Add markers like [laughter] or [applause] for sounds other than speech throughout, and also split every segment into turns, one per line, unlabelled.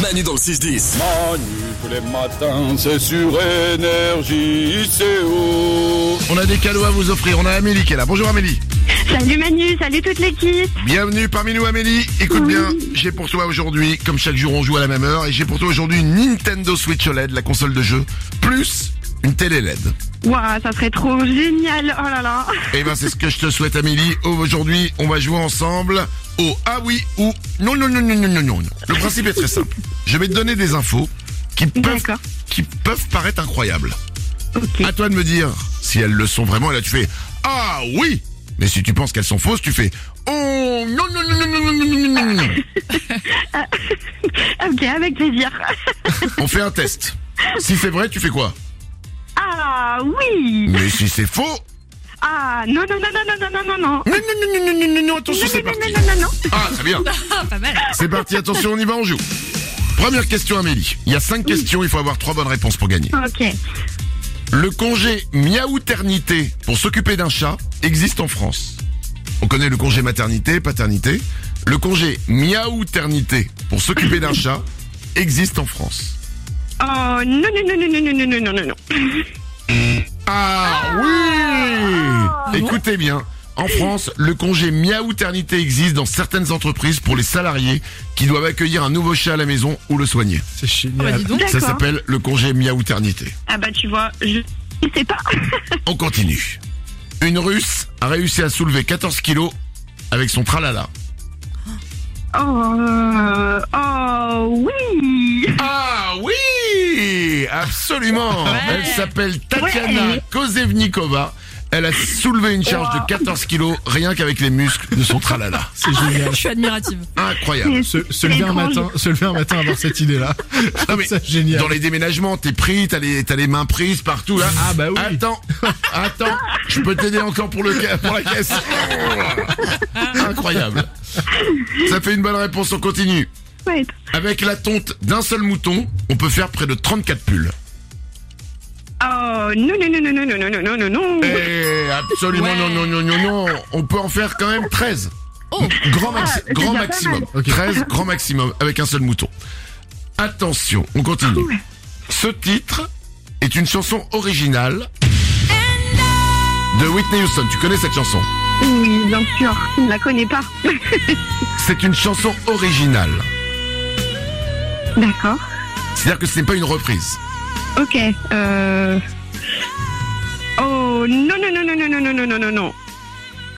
Manu dans le 6-10.
Manu tous les matins, c'est sur énergie, c'est où
On a des cadeaux à vous offrir. On a Amélie qui est là. Bonjour Amélie.
Salut Manu, salut toute l'équipe.
Bienvenue parmi nous Amélie. Écoute bien, j'ai pour toi aujourd'hui, comme chaque jour on joue à la même heure, et j'ai pour toi aujourd'hui une Nintendo Switch OLED, la console de jeu, plus une télé E LED.
Waouh, ça serait trop génial. Oh là là.
Eh ben c'est ce que je te souhaite Amélie. Aujourd'hui, on va jouer ensemble au ah oui ou non non non non non non non. Le principe est très simple. Je vais te donner des infos qui peuvent
D'accord.
qui peuvent paraître incroyables.
Ok.
À toi de me dire si elles le sont vraiment. Et là, tu fais Ah oui Mais si tu penses qu'elles sont fausses, tu fais Oh non, non, non, non, non, non, non, non, non, non.
Ok, avec plaisir.
On fait un test. Si c'est vrai, tu fais quoi
Ah oui.
Mais si c'est faux.
Ah non, non, non, non, non, non, non, non.
Non, non, non, non, non, non, non, non, attention,
Non,
c'est
non,
parti.
non, non, non, non.
Ah, très bien.
Pas mal.
C'est parti, attention, on y va, on joue. Première question, Amélie. Il y a cinq questions, il faut avoir trois bonnes réponses pour gagner.
Ok.
Le congé miaouternité pour s'occuper d'un chat existe en France. On connaît le congé maternité, paternité. Le congé miaouternité pour s'occuper d'un chat existe en France.
Oh non, non, non, non, non, non, non, non, non, non.
Ah
Ah
oui Écoutez bien, en France, le congé miaouternité existe dans certaines entreprises pour les salariés qui doivent accueillir un nouveau chat à la maison ou le soigner.
C'est
Ah bah
génial.
dis donc.
Ça
D'accord.
s'appelle le congé miaouternité.
Ah bah tu vois, je je sais pas. [laughs]
On continue. Une Russe a réussi à soulever 14 kilos avec son tralala.
Oh, euh, oh oui.
Ah oui Absolument Elle s'appelle Tatiana
Ouais.
Kozevnikova. Elle a soulevé une charge de 14 kilos rien qu'avec les muscles de son tralala.
C'est
[laughs]
génial.
Je suis admirative.
Incroyable.
Se, se lever un
étrange.
matin, se lever un matin avoir cette idée-là. [laughs]
Non, mais
C'est génial.
Dans les déménagements, t'es pris, t'as les, t'as les mains prises partout là.
Ah, bah oui.
Attends, attends, je peux t'aider encore pour, le, ca- pour la caisse. Incroyable. Ça fait une bonne réponse, on continue.
Ouais.
Avec la tonte d'un seul mouton, on peut faire près de 34 pulls.
Oh non, non, non, non, non, non, non, non, non, non.
Eh, absolument
Ouais.
non, non, non, non, non. On peut en faire quand même 13.
Oh.
Grand, maxi-
Ah, c'est
grand
déjà pas
maximum.
mal.
Ok.
13, grand maximum, avec un seul mouton. Attention, on continue. Ce titre est une chanson originale de Whitney Houston. Tu connais cette chanson
Oui, bien sûr. Je ne la connais pas. [laughs]
C'est une chanson originale.
D'accord.
C'est-à-dire que ce n'est pas une reprise.
Ok. Euh... Oh non non non non non non non non non non non.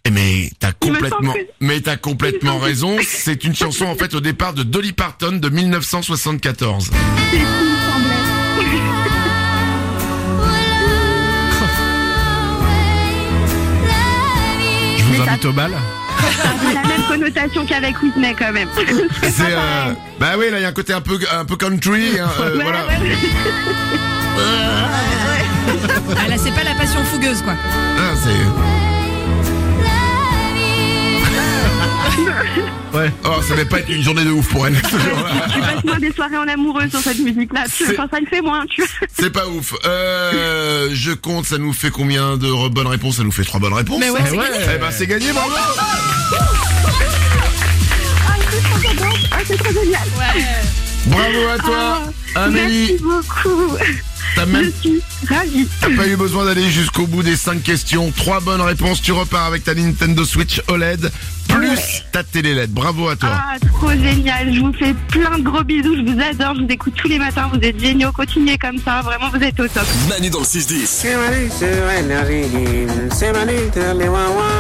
Eh Mais t'as
Il me semble
complètement,
que-
mais t'as complètement
semble que-
raison. C'est une chanson en fait au départ de Dolly Parton de 1974.
Je vous invite au bal.
C'est la même connotation qu'avec Whitney quand même. [laughs]
C'est euh, bah oui là il y a un côté un peu un peu country hein, euh,
Ouais,
voilà.
ouais, ouais.
Ah là, c'est pas la passion fougueuse, quoi.
Ah, c'est
Ouais.
oh ça va pas être une journée de ouf pour elle. [laughs] ce jour-là.
Tu passes moins des soirées en amoureux sur cette musique-là. Tu-
C'est-
Enfin, ça le fait moins. Tu...
C'est pas ouf. Euh, je compte ça nous fait combien de re- bonnes réponses Ça nous fait trois bonnes réponses.
Mais ouais, c'est gagné.
Eh ben c'est gagné bravo.
Ah, c'est trop cadeau. Ah, c'est trop génial.
Bravo à toi
Ah, Merci
Amélie.
beaucoup.
T'as
Je
même
suis ravie.
pas eu besoin d'aller jusqu'au bout des cinq questions. Trois bonnes réponses. Tu repars avec ta Nintendo Switch OLED plus ta télé LED. Bravo à toi.
Ah, trop génial. Je vous fais plein de gros bisous. Je vous adore. Je vous écoute tous les matins. Vous êtes géniaux. Continuez comme ça. Vraiment, vous êtes au top.
Manu dans le 6-10.
C'est Manu sur énergie, c'est Manu tous les wah